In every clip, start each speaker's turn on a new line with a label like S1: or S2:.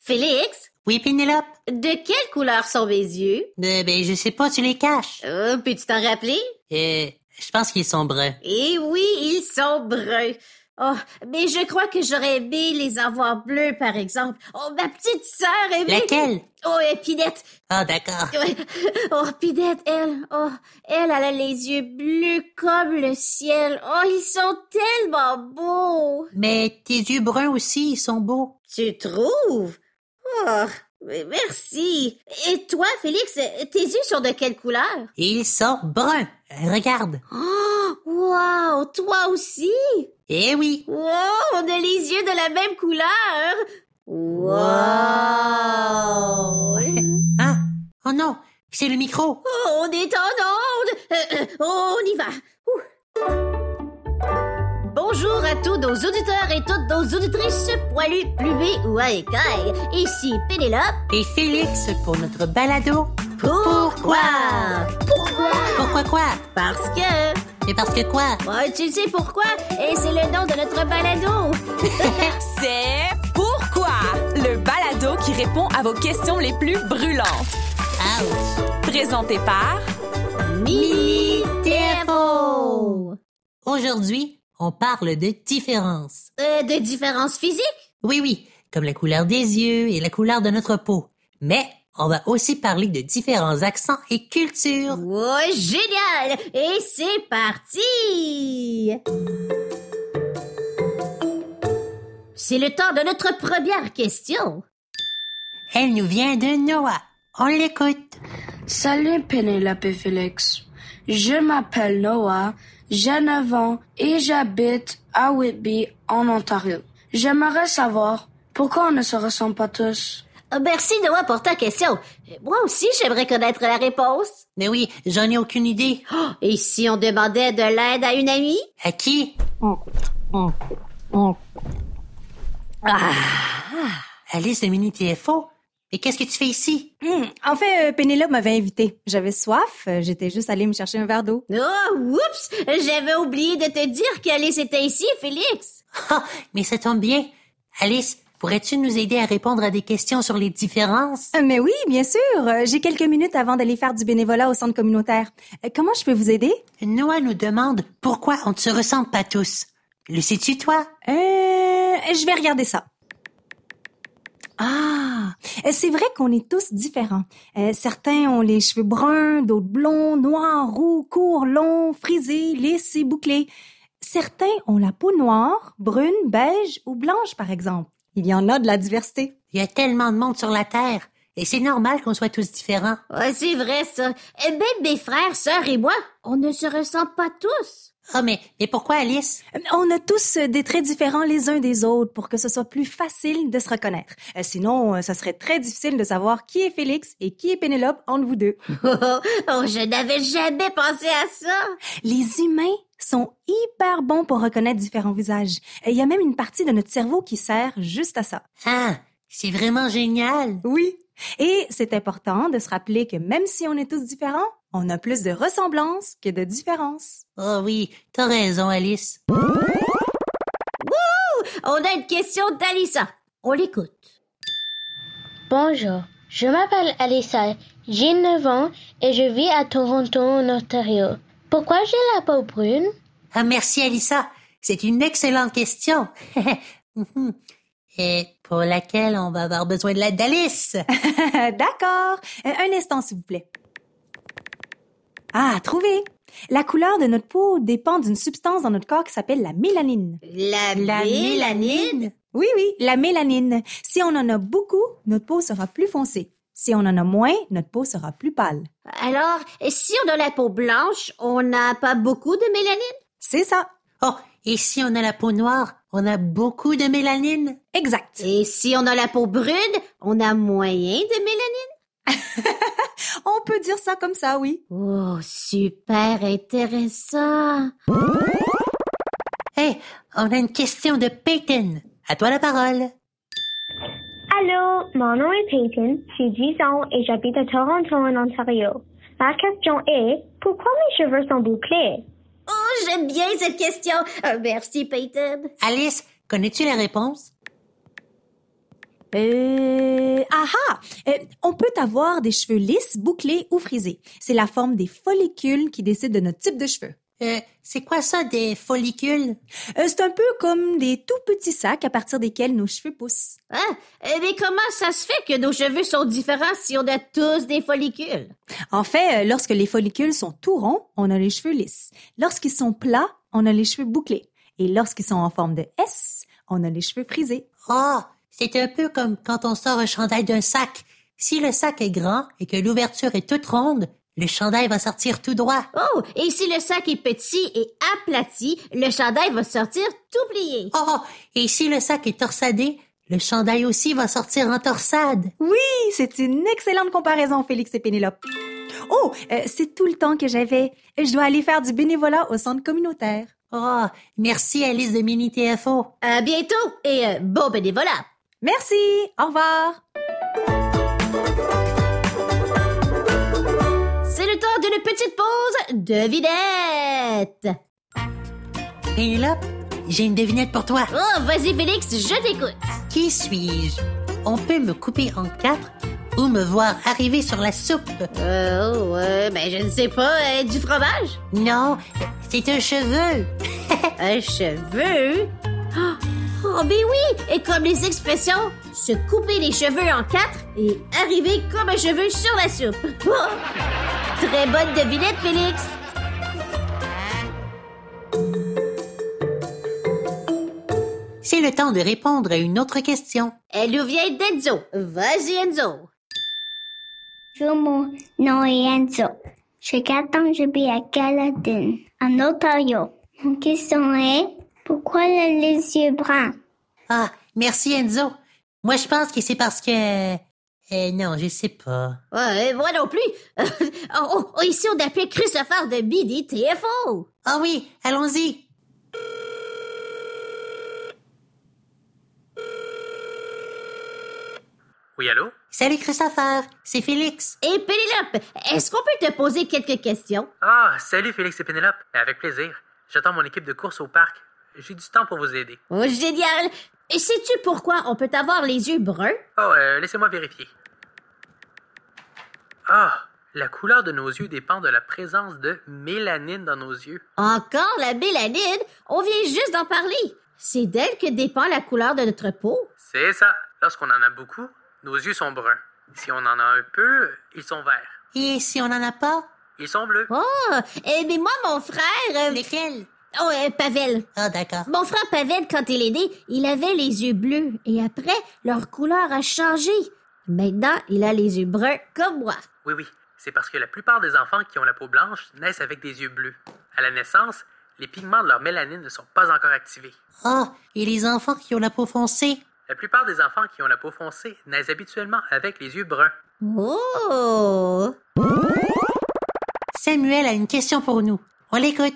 S1: Félix,
S2: Oui, Pénélope?
S1: de quelle couleur sont mes yeux?
S2: Euh, ben, je sais pas, tu les caches.
S1: Euh, Peux-tu t'en rappeler?
S2: Euh, je pense qu'ils sont bruns.
S1: Eh oui, ils sont bruns. Oh, mais je crois que j'aurais aimé les avoir bleus, par exemple. Oh, ma petite sœur aimait...
S2: Laquelle?
S1: Oh, et Pinette.
S2: Ah, d'accord.
S1: Ouais. Oh, Pinette, elle. Oh, elle, elle a les yeux bleus comme le ciel. Oh, ils sont tellement beaux.
S2: Mais tes yeux bruns aussi, ils sont beaux.
S1: Tu trouves? Oh, mais merci. Et toi, Félix, tes yeux sont de quelle couleur?
S2: Et ils sont bruns. Regarde.
S1: Oh, wow, toi aussi?
S2: Eh oui.
S1: Wow, on a les yeux de la même couleur. Wow.
S2: Ah, oh non, c'est le micro.
S1: Oh, on est en onde. Euh, euh, on y va. Ouh. Bonjour à tous nos auditeurs et toutes nos auditrices poilues, plumées ou à écailles. Ici Pénélope.
S2: Et Félix pour notre balado. Pourquoi quoi?
S1: Parce que...
S2: Mais parce que quoi?
S1: Ouais, tu sais pourquoi? Et c'est le nom de notre balado.
S3: C'est Pourquoi Le balado qui répond à vos questions les plus brûlantes.
S2: Ouch.
S3: Présenté par
S1: Mini TFO.
S2: Aujourd'hui, on parle de différences.
S1: Euh, de différences physiques?
S2: Oui, oui, comme la couleur des yeux et la couleur de notre peau. Mais on va aussi parler de différents accents et cultures.
S1: Ouais, génial! Et c'est parti! C'est le temps de notre première question.
S2: Elle nous vient de Noah. On l'écoute.
S4: Salut Pénélope et Félix. Je m'appelle Noah, j'ai 9 ans et j'habite à Whitby en Ontario. J'aimerais savoir pourquoi on ne se ressemble pas tous.
S1: Euh, Merci Noah pour ta question. Euh, Moi aussi, j'aimerais connaître la réponse.
S2: Mais oui, j'en ai aucune idée.
S1: Oh, Et si on demandait de l'aide à une amie?
S2: À qui? Ah! Alice de Mini TFO? Mais qu'est-ce que tu fais ici?
S5: Hmm. En fait, euh, Pénélope m'avait invitée. J'avais soif. euh, J'étais juste allée me chercher un verre d'eau.
S1: Oh, oups! J'avais oublié de te dire qu'Alice était ici, Félix.
S2: Ah, mais ça tombe bien. Alice, pourrais-tu nous aider à répondre à des questions sur les différences?
S5: Euh, Mais oui, bien sûr. Euh, J'ai quelques minutes avant d'aller faire du bénévolat au centre communautaire. Euh, Comment je peux vous aider?
S2: Noah nous demande pourquoi on ne se ressemble pas tous. Le sais-tu, toi?
S5: Euh, je vais regarder ça. Ah, euh, c'est vrai qu'on est tous différents. Euh, certains ont les cheveux bruns, d'autres blonds, noirs, roux, courts, longs, frisés, lisses et bouclés. Certains ont la peau noire, brune, beige ou blanche, par exemple. Il y en a de la diversité.
S2: Il y a tellement de monde sur la Terre, et c'est normal qu'on soit tous différents.
S1: Ouais, c'est vrai, ça. Et Même mes frères, sœurs et moi, on ne se ressemble pas tous.
S2: Ah, mais, mais pourquoi Alice?
S5: On a tous euh, des traits différents les uns des autres pour que ce soit plus facile de se reconnaître. Euh, Sinon, euh, ça serait très difficile de savoir qui est Félix et qui est Pénélope entre vous deux.
S1: Oh, oh, oh, je n'avais jamais pensé à ça.
S5: Les humains sont hyper bons pour reconnaître différents visages. Euh, Il y a même une partie de notre cerveau qui sert juste à ça.
S2: Ah, c'est vraiment génial.
S5: Oui. Et c'est important de se rappeler que même si on est tous différents, on a plus de ressemblances que de différences.
S2: Oh oui, t'as raison, Alice.
S1: On a une question d'Alissa. On l'écoute.
S6: Bonjour, je m'appelle Alissa, j'ai 9 ans et je vis à Toronto, en Ontario. Pourquoi j'ai la peau brune
S2: Ah, merci, Alissa. C'est une excellente question. Mhm. et pour laquelle on va avoir besoin de l'aide d'Alice.
S5: D'accord. Euh, Un instant, s'il vous plaît. Ah, trouvé. La couleur de notre peau dépend d'une substance dans notre corps qui s'appelle la mélanine.
S1: La,
S5: Oui, oui, la mélanine. Si on en a beaucoup, notre peau sera plus foncée. Si on en a moins, notre peau sera plus pâle.
S1: Alors, si on a la peau blanche, on n'a pas beaucoup de mélanine?
S5: C'est ça.
S2: Oh, et si on a la peau noire, on a beaucoup de mélanine.
S5: Exact.
S1: Et si on a la peau brune, on a moyen de mélanine?
S5: On peut dire ça comme ça, oui.
S1: Oh, super intéressant.
S2: Hé, Eh, on a une question de Peyton. À toi la parole.
S6: Allô, mon nom est Peyton, j'ai 10 ans et j'habite à Toronto, en Ontario. Ma question est, pourquoi mes cheveux sont bouclés
S1: Oh, j'aime bien cette question. Euh, merci, Peyton.
S2: Alice, connais-tu la réponse?
S5: Euh, Ah ah! Euh, on peut avoir des cheveux lisses, bouclés ou frisés. C'est la forme des follicules qui décide de notre type de cheveux.
S2: Euh, c'est quoi ça, des follicules?
S5: Euh, c'est un peu comme des tout petits sacs à partir desquels nos cheveux poussent.
S1: Hein? Euh, Mais comment ça se fait que nos cheveux sont différents si on a tous des follicules?
S5: En fait, euh, lorsque les follicules sont tout ronds, on a les cheveux lisses. Lorsqu'ils sont plats, on a les cheveux bouclés. Et lorsqu'ils sont en forme de S, on a les cheveux frisés.
S2: Ah, c'est un peu comme quand on sort un chandail d'un sac. Si le sac est grand et que l'ouverture est toute ronde, le chandail va sortir tout droit.
S1: Oh, et si le sac est petit et aplati, le chandail va sortir tout plié.
S2: Oh, et si le sac est torsadé, le chandail aussi va sortir en torsade.
S5: Oui, c'est une excellente comparaison, Félix et Pénélope. Oh, euh, c'est tout le temps que j'avais. Je dois aller faire du bénévolat au centre communautaire.
S2: Oh, merci Alice de Mini TFO.
S1: À bientôt et euh, bon bénévolat!
S5: Merci, au revoir.
S1: C'est le temps d'une petite pause de vidette!
S2: Pénélope, j'ai une devinette pour toi.
S1: Oh, vas-y Félix, je t'écoute!
S2: Qui suis-je? On peut me couper en quatre ou me voir arriver sur la soupe.
S1: Euh, oh, euh, ben je ne sais pas, euh, du fromage?
S2: Non, c'est un cheveu.
S1: Un cheveu? Oh, Euh, oh, ben oui! Et comme les expressions, se couper les cheveux en quatre et arriver comme un cheveu sur la soupe. Très bonne devinette, Félix!
S2: C'est le temps de répondre à une autre question.
S1: Elle Eh, nous vient d'Enzo. Vas-y, Enzo!
S6: Bonjour, mon nom est Enzo. J'ai 4 ans, j'habite à Gallatin, en Ontario. Mon question est, pourquoi elle a les yeux bruns?
S2: Ah, merci Enzo. Moi, je pense que c'est parce que... Eh non, je sais pas.
S1: Ouais, moi non plus! oh, oh, oh, ici, on appelait Christopher de Midi TFO!
S2: Ah oui, allons-y.
S7: Oui, allô?
S2: Salut Christopher, c'est Félix.
S1: Et Pénélope, est-ce qu'on peut te poser quelques questions?
S7: Ah, salut Félix et Pénélope. Eh, Avec plaisir. J'attends mon équipe de course au parc. J'ai du temps pour vous aider.
S1: Oh, génial! Et Sais-tu pourquoi on peut avoir les yeux bruns?
S7: Oh, euh, laissez-moi vérifier. Ah, la couleur de nos yeux dépend de la présence de mélanine dans nos yeux.
S1: Encore la mélanine? On vient juste d'en parler. C'est d'elle que dépend la couleur de notre peau.
S7: C'est ça. Lorsqu'on en a beaucoup, nos yeux sont bruns. Si on en a un peu, ils sont verts.
S2: Et si on n'en a pas?
S7: Ils sont bleus.
S1: Oh, eh, mais moi, mon frère... euh,
S2: Lesquels?
S1: oh, euh, Pavel.
S2: Ah, d'accord.
S1: Mon frère Pavel, quand il est né, il avait les yeux bleus. Et après, leur couleur a changé. Maintenant, il a les yeux bruns comme moi.
S7: Oui, oui. C'est parce que la plupart des enfants qui ont la peau blanche naissent avec des yeux bleus. À la naissance, les pigments de leur mélanine ne sont pas encore activés.
S2: Ah, et les enfants qui ont la peau foncée?
S7: La plupart des enfants qui ont la peau foncée naissent habituellement avec les yeux bruns.
S1: Oh!
S2: Samuel a une question pour nous. On l'écoute.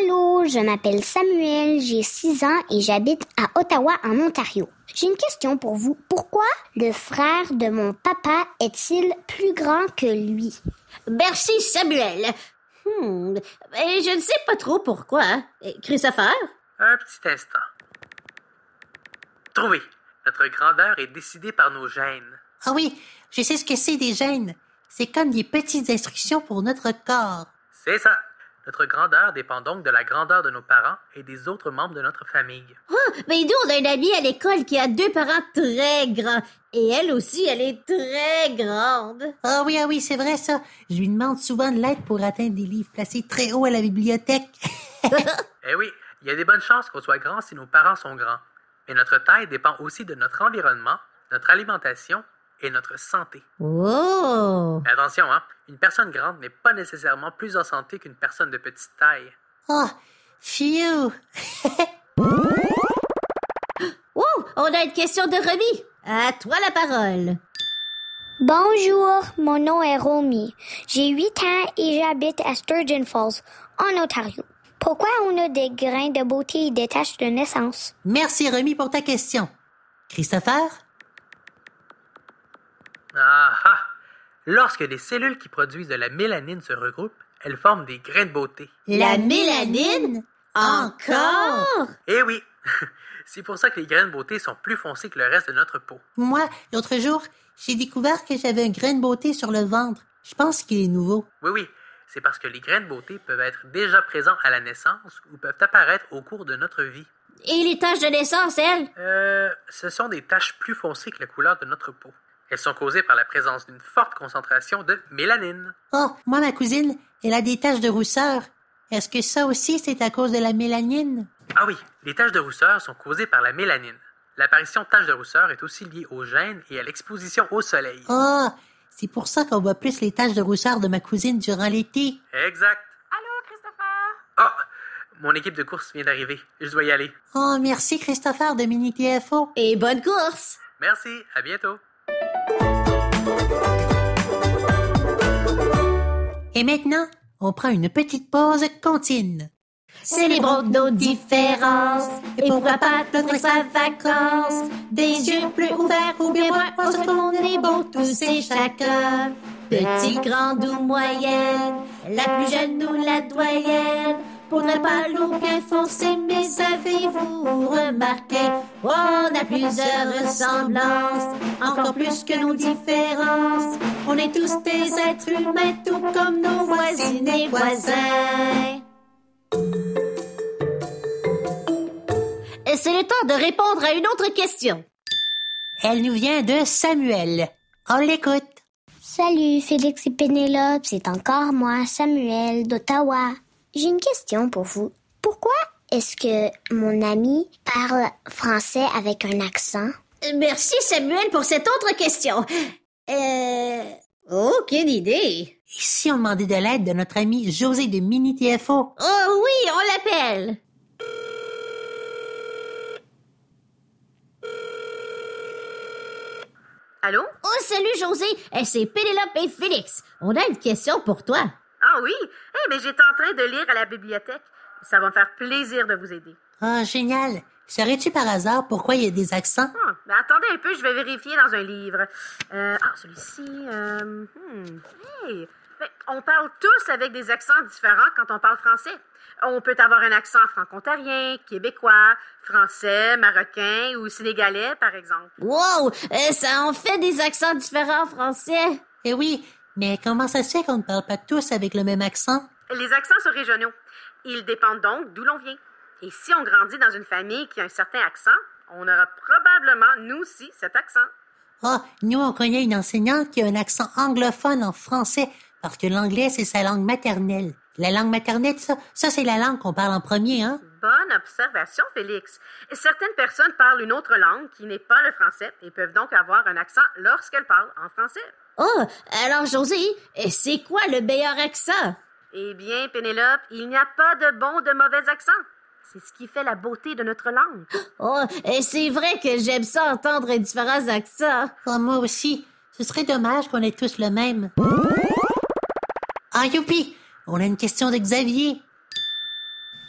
S6: Allô, je m'appelle Samuel, j'ai 6 ans et j'habite à Ottawa en Ontario. J'ai une question pour vous. Pourquoi le frère de mon papa est-il plus grand que lui?
S1: Merci, Samuel. Hmm. Et je ne sais pas trop pourquoi. Eh, Christopher?
S7: Un petit instant. Trouvé. Notre grandeur est décidée par nos gènes.
S2: Ah oui, je sais ce que c'est des gènes. C'est comme des petites instructions pour notre corps.
S7: C'est ça. Notre grandeur dépend donc de la grandeur de nos parents et des autres membres de notre famille.
S1: Mais Ben, nous, on a une amie à l'école qui a deux parents très grands. Et elle aussi, elle est très grande.
S2: Ah oui, ah oui, c'est vrai ça. Je lui demande souvent de l'aide pour atteindre des livres placés très haut à la bibliothèque.
S7: Eh oui, il y a des bonnes chances qu'on soit grand si nos parents sont grands. Mais notre taille dépend aussi de notre environnement, notre alimentation et notre santé.
S1: Oh!
S7: Mais attention, hein, une personne grande n'est pas nécessairement plus en santé qu'une personne de petite taille.
S2: Ah, phew!
S1: Oh, on a une question de remis. À toi la parole.
S6: Bonjour, mon nom est Romy. J'ai 8 ans et j'habite à Sturgeon Falls, en Ontario. Pourquoi on a des grains de beauté et des taches de naissance?
S2: Merci Rémi pour ta question. Christopher?
S7: Ah ah! Lorsque des cellules qui produisent de la mélanine se regroupent, elles forment des grains de beauté.
S1: La mélanine? Encore?
S7: Eh oui, C'est pour ça que les graines beauté sont plus foncées que le reste de notre peau.
S2: Moi, l'autre jour, j'ai découvert que j'avais un grain de beauté sur le ventre. Je pense qu'il est nouveau.
S7: Oui, oui, c'est parce que les graines beauté peuvent être déjà présents à la naissance ou peuvent apparaître au cours de notre vie.
S1: Et les taches de naissance, elles?
S7: Euh, ce sont des taches plus foncées que la couleur de notre peau. Elles sont causées par la présence d'une forte concentration de mélanine.
S2: Oh, moi, ma cousine, elle a des taches de rousseur. Est-ce que ça aussi, c'est à cause de la mélanine?
S7: Ah oui, les taches de rousseur sont causées par la mélanine. L'apparition de taches de rousseur est aussi liée aux gènes et à l'exposition au soleil.
S2: Oh, c'est pour ça qu'on voit plus les taches de rousseur de ma cousine durant l'été.
S7: Exact. Allô, Christopher? Ah, mon équipe de course vient d'arriver. Je dois y aller.
S2: Oh, merci, Christopher, de Mini TFO.
S1: Et bonne course!
S7: Merci, à bientôt.
S2: Et maintenant, on prend une petite pause contine.
S1: Célébrons nos différences et pourquoi pas notre vacances. Des yeux plus ouverts ou bien moins, on se retourne les bons tous et chacun. Petit, grand ou moyenne, la plus jeune ou la doyenne. Pour ne pas bien foncé, mais avez-vous remarqué, on a plusieurs ressemblances, encore plus que nos différences. On est tous des êtres humains, tout comme nos voisines et voisins. C'est le temps de répondre à une autre question.
S2: Elle nous vient de Samuel. On l'écoute.
S6: Salut Félix et Pénélope, c'est encore moi, Samuel d'Ottawa. J'ai une question pour vous. Pourquoi est-ce que mon ami parle français avec un accent?
S1: Merci Samuel pour cette autre question. Euh... Aucune idée.
S2: Ici, on demandait de l'aide de notre ami José de Mini TFO.
S1: Oh oui, on l'appelle.
S8: Allô?
S1: Oh salut José, Eh, c'est Pénélope et Félix. On a une question pour toi.
S8: Ah oui? Eh, mais j'étais en train de lire à la bibliothèque. Ça va me faire plaisir de vous aider.
S2: Oh, génial. Saurais-tu par hasard pourquoi il y a des accents?
S8: Ah, ben attendez un peu, je vais vérifier dans un livre. Euh, ah, celui-ci. euh, hmm, hey. Ben, on parle tous avec des accents différents quand on parle français. On peut avoir un accent franco-ontarien, québécois, français, marocain ou sénégalais, par exemple.
S1: Wow, euh, ça en fait des accents différents français.
S2: Eh oui, mais comment ça se fait qu'on ne parle pas tous avec le même accent?
S8: Les accents sont régionaux. Ils dépendent donc d'où l'on vient. Et si on grandit dans une famille qui a un certain accent, on aura probablement, nous aussi, cet accent.
S2: Oh, nous, on connaît une enseignante qui a un accent anglophone en français parce que l'anglais, c'est sa langue maternelle. La langue maternelle, ça, ça c'est la langue qu'on parle en premier, hein?
S8: Bonne observation, Félix. Certaines personnes parlent une autre langue qui n'est pas le français et peuvent donc avoir un accent lorsqu'elles parlent en français.
S1: Oh, alors José, euh, c'est quoi le meilleur accent?
S8: Eh bien, Pénélope, il n'y a pas de bon ou de mauvais accent. C'est ce qui fait la beauté de notre langue.
S1: Oh, euh, c'est vrai que j'aime ça entendre différents accents.
S2: Oh, moi aussi. Ce serait dommage qu'on ait tous le même. Ah, youpi! On a une question de Xavier.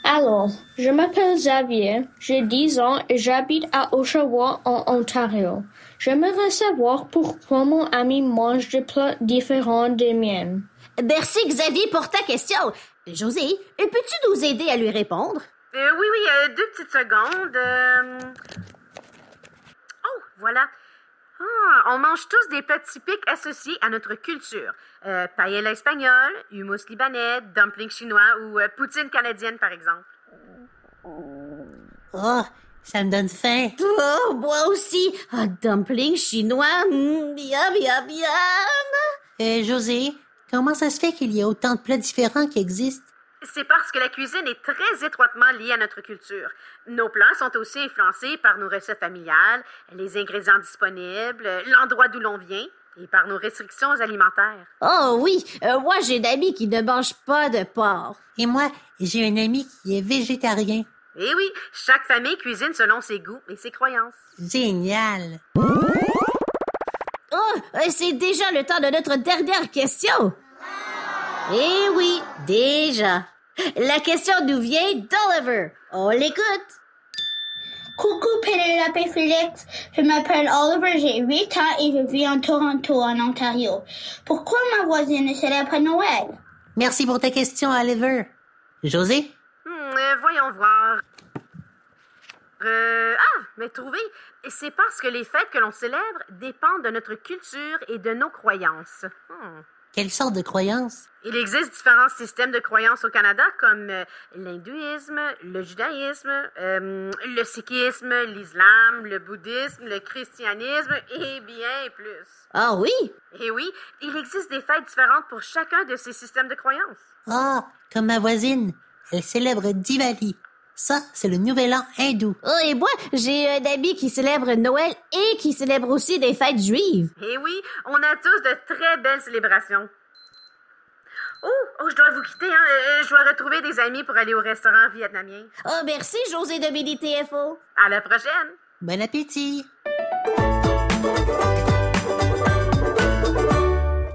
S9: Alors, je m'appelle Xavier, j'ai 10 ans et j'habite à Oshawa en Ontario. J'aimerais savoir pourquoi mon ami mange des plats différents des miens.
S1: Merci Xavier pour ta question. José, euh, peux-tu nous aider à lui répondre?
S8: Euh, oui, oui, euh, deux petites secondes. euh. Oh, voilà. Ah, on mange tous des plats typiques associés à notre culture. Euh, paella espagnole, hummus libanais, dumpling chinois ou euh, poutine canadienne, par exemple.
S2: Oh, ça me donne faim.
S1: Oh, moi aussi. Ah, dumpling chinois. Mm, yum, yum, yum.
S2: Euh, José, comment ça se fait qu'il y ait autant de plats différents qui existent?
S8: C'est parce que la cuisine est très étroitement liée à notre culture. Nos plans sont aussi influencés par nos recettes familiales, les ingrédients disponibles, euh, l'endroit d'où l'on vient et par nos restrictions alimentaires.
S1: Oh oui, euh, moi j'ai d'amis qui ne mangent pas de porc.
S2: Et moi, j'ai un ami qui est végétarien.
S8: Eh oui, chaque famille cuisine selon ses goûts et ses croyances.
S2: Génial.
S1: Oh, euh, c'est déjà le temps de notre dernière question. Eh oui, déjà. La question nous vient d'Oliver. On l'écoute.
S10: Coucou Pénélope et Félix, je m'appelle Oliver, j'ai 8 ans et je vis en Toronto, en Ontario. Pourquoi ma voisine ne célèbre Noël?
S2: Merci pour ta question, Oliver. José?
S8: Hmm, euh, voyons voir. Euh, ah, mais trouvez, c'est parce que les fêtes que l'on célèbre dépendent de notre culture et de nos croyances. Hmm.
S2: Quelle sorte de croyance?
S8: Il existe différents systèmes de croyances au Canada, comme euh, l'hindouisme, le judaïsme, euh, le sikhisme, l'islam, le bouddhisme, le christianisme et bien plus.
S1: Ah oui?
S8: Et oui, il existe des fêtes différentes pour chacun de ces systèmes de croyances.
S2: Ah, comme ma voisine, elle célèbre Diwali. Ça, c'est le nouvel an hindou.
S1: Oh, et moi, j'ai un ami qui célèbre Noël et qui célèbre aussi des fêtes juives.
S8: Et Eh oui, on a tous de très belles célébrations. Oh, oh, je dois vous quitter, hein. Euh, Je dois retrouver des amis pour aller au restaurant vietnamien.
S1: Oh, merci, José de Billy TFO.
S8: À la prochaine!
S2: Bon appétit!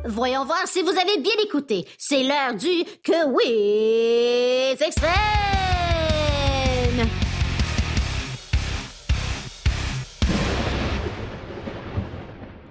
S1: Voyons voir si vous avez bien écouté. C'est l'heure du quiz extrême.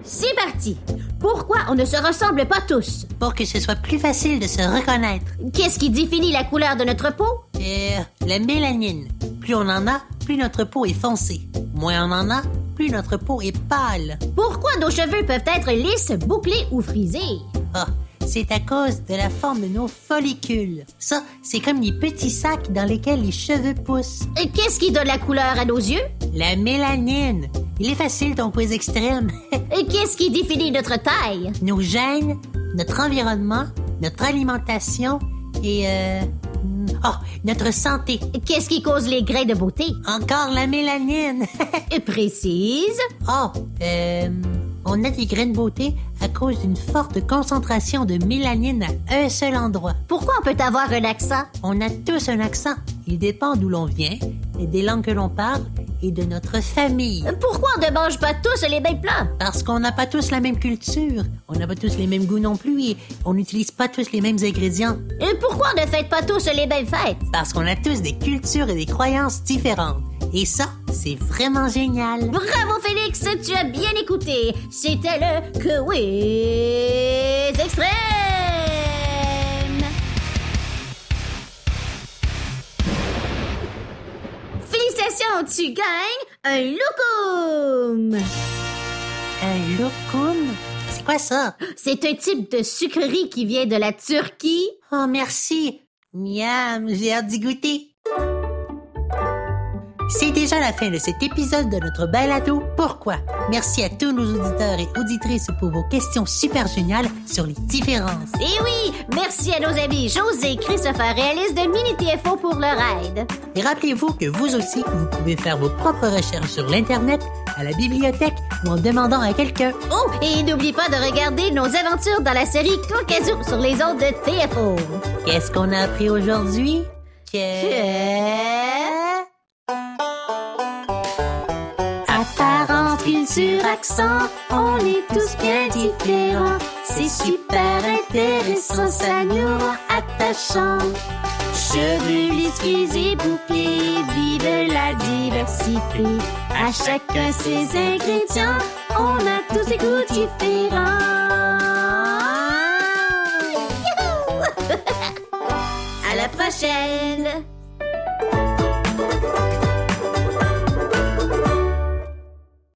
S1: C'est parti. Pourquoi on ne se ressemble pas tous
S2: Pour que ce soit plus facile de se reconnaître.
S1: Qu'est-ce qui définit la couleur de notre peau
S2: Euh, la mélanine. Plus on en a, plus notre peau est foncée. Moins on en a, plus notre peau est pâle.
S1: Pourquoi nos cheveux peuvent être lisses, bouclés ou frisés
S2: Ah, c'est à cause de la forme de nos follicules. Ça, c'est comme les petits sacs dans lesquels les cheveux poussent.
S1: Et Qu'est-ce qui donne la couleur à nos yeux
S2: La mélanine. Il est facile ton quiz extrême.
S1: Et Qu'est-ce qui définit notre taille
S2: Nos gènes, notre environnement, notre alimentation et euh, oh, notre santé.
S1: Qu'est-ce qui cause les grains de beauté
S2: Encore la mélanine.
S1: Et Précise.
S2: oh, euh, on a des graines de beauté à cause d'une forte concentration de mélanine à un seul endroit.
S1: Pourquoi on peut avoir un accent
S2: On a tous un accent. Il dépend d'où l'on vient, et des langues que l'on parle et de notre famille.
S1: Pourquoi on ne mange pas tous les mêmes plats
S2: Parce qu'on n'a pas tous la même culture, on n'a pas tous les mêmes goûts non plus et on n'utilise pas tous les mêmes ingrédients.
S1: Et pourquoi on ne fête pas tous les mêmes fêtes
S2: Parce qu'on a tous des cultures et des croyances différentes. Et ça, c'est vraiment génial.
S1: Bravo Félix, tu as bien écouté. C'était le quiz extrême. Félicitations, tu gagnes un loukoum.
S2: Un loukoum? C'est quoi ça?
S1: C'est un type de sucrerie qui vient de la Turquie.
S2: Oh, merci. Miam, j'ai hâte d'y goûter. C'est déjà la fin de cet épisode de notre balado Pourquoi? Merci à tous nos auditeurs et auditrices pour vos questions super géniales sur les différences.
S1: Et Eh oui, merci à nos amis José, Christopher et Alice de Mini TFO pour leur aide.
S2: Et rappelez-vous que vous aussi, vous pouvez faire vos propres recherches sur l'Internet, à la bibliothèque ou en demandant à quelqu'un.
S1: Oh, et n'oublie pas de regarder nos aventures dans la série Caucasou sur les ondes de TFO.
S2: Qu'est-ce qu'on a appris aujourd'hui? Que...
S1: Euh, Apparence, culture, accent, on est tous bien différents. C'est super intéressant, ça nous rend attachants. Cheveux lisses, et bouclés, vive la diversité. À chacun ses ingrédients, on a tous des goûts différents.